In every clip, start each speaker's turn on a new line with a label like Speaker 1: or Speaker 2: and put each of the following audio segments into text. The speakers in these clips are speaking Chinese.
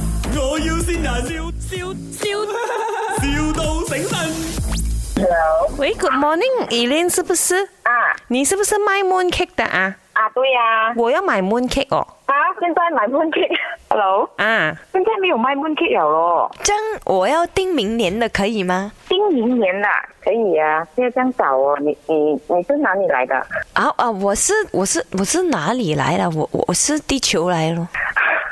Speaker 1: 要先人，笑笑笑，,笑到醒 神。
Speaker 2: Hello，
Speaker 3: 喂，Good morning，Elaine 是不是？
Speaker 2: 啊
Speaker 3: 你是不是卖 moon cake 的啊？
Speaker 2: 啊，对呀、啊，
Speaker 3: 我要买 moon cake 哦。
Speaker 2: 现在买 moon cake。Hello，
Speaker 3: 啊，
Speaker 2: 现在没有卖 moon cake 了咯，
Speaker 4: 这样我要订明年的可以吗？
Speaker 2: 今明年啦，可以啊，不要这样早哦。你你你是哪里来的？
Speaker 4: 啊啊，我是我是我是哪里来的？我我我是地球来咯。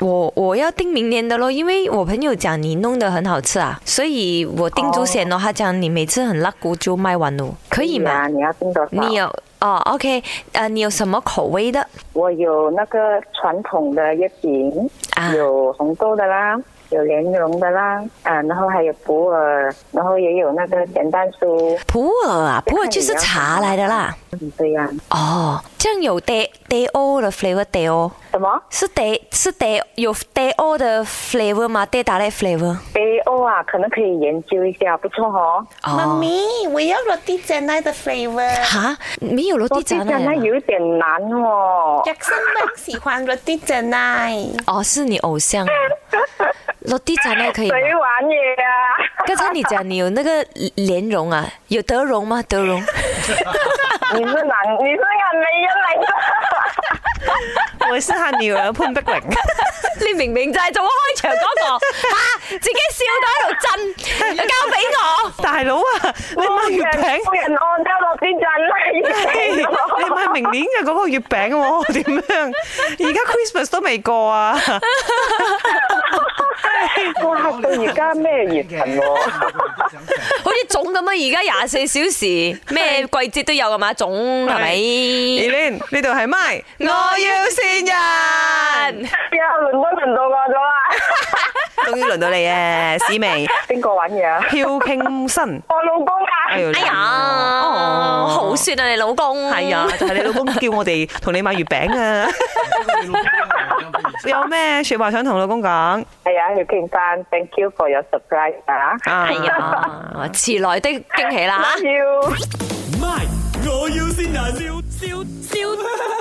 Speaker 4: 我我要订明年的咯，因为我朋友讲你弄得很好吃啊，所以我订足先咯。他讲你每次很辣锅就卖完咯，可以
Speaker 2: 啊，
Speaker 4: 吗？
Speaker 2: 你要订多少？
Speaker 4: 你有哦，OK，呃，你有什么口味的？
Speaker 2: 我有那个传统的月饼，
Speaker 4: 啊
Speaker 2: 有红豆的啦，有莲蓉的啦，啊，然后还有普洱，然后也有那个咸蛋酥。
Speaker 4: 普洱啊，普洱就是茶来的啦。
Speaker 2: 嗯，对呀、
Speaker 4: 哦，这样有 day day o 的 flavor day o
Speaker 2: 什么
Speaker 4: 是 day 是 day 有 day o 的 flavor 吗？day 打来 flavor。
Speaker 2: A O 啊？可能可以研究一下，不错哦。
Speaker 4: 哦
Speaker 5: 妈咪，我要落地真奶的 flavor。
Speaker 4: 哈，没有落地
Speaker 2: 这
Speaker 4: 炸
Speaker 2: 讲那
Speaker 4: 奶
Speaker 2: 有点难哦。
Speaker 5: Jackson 很喜欢落地真奶，
Speaker 4: 哦，是你偶像啊，落地炸奶可以吗？
Speaker 2: 谁玩你啊？
Speaker 4: 刚才你讲你有那个莲蓉啊，有德蓉吗？德蓉
Speaker 2: 你是哪？你是哪没人来的？
Speaker 3: 我是他女儿潘碧玲。
Speaker 4: 你明明就係做開場嗰、 個，嚇自己笑到喺度震，交俾我。
Speaker 3: 大佬啊，你 買月餅，
Speaker 2: 夫人按交落邊陣啊啦？
Speaker 3: 嘿你買明年嘅嗰個月餅喎，點樣？而家 Christmas 都未過啊！哎
Speaker 2: 哇！到而家咩月份喎？
Speaker 4: 好似粽咁啊！而家廿四小時咩季節都有噶啊嘛，粽係咪？
Speaker 3: Elaine 呢度係 My，我要善人，
Speaker 2: 之後哎輪都輪到我咗啊啦。
Speaker 3: 終於輪到你啊，史薇，
Speaker 2: 邊個玩嘢啊？
Speaker 3: 飄傾身。
Speaker 2: 我老公啊！
Speaker 3: 呦
Speaker 4: 哎呀，
Speaker 3: 哦
Speaker 4: 好雪啊！你老公
Speaker 3: 係 啊，就係你老公叫我哋同你買月餅啊！你有咩説話想同老公講？
Speaker 2: 係啊，廖敬山，thank you for your surprise 啊！
Speaker 3: 啊
Speaker 4: 係啊， 遲來的驚喜啦嚇
Speaker 2: Love you。
Speaker 1: My，我要先人，笑笑笑。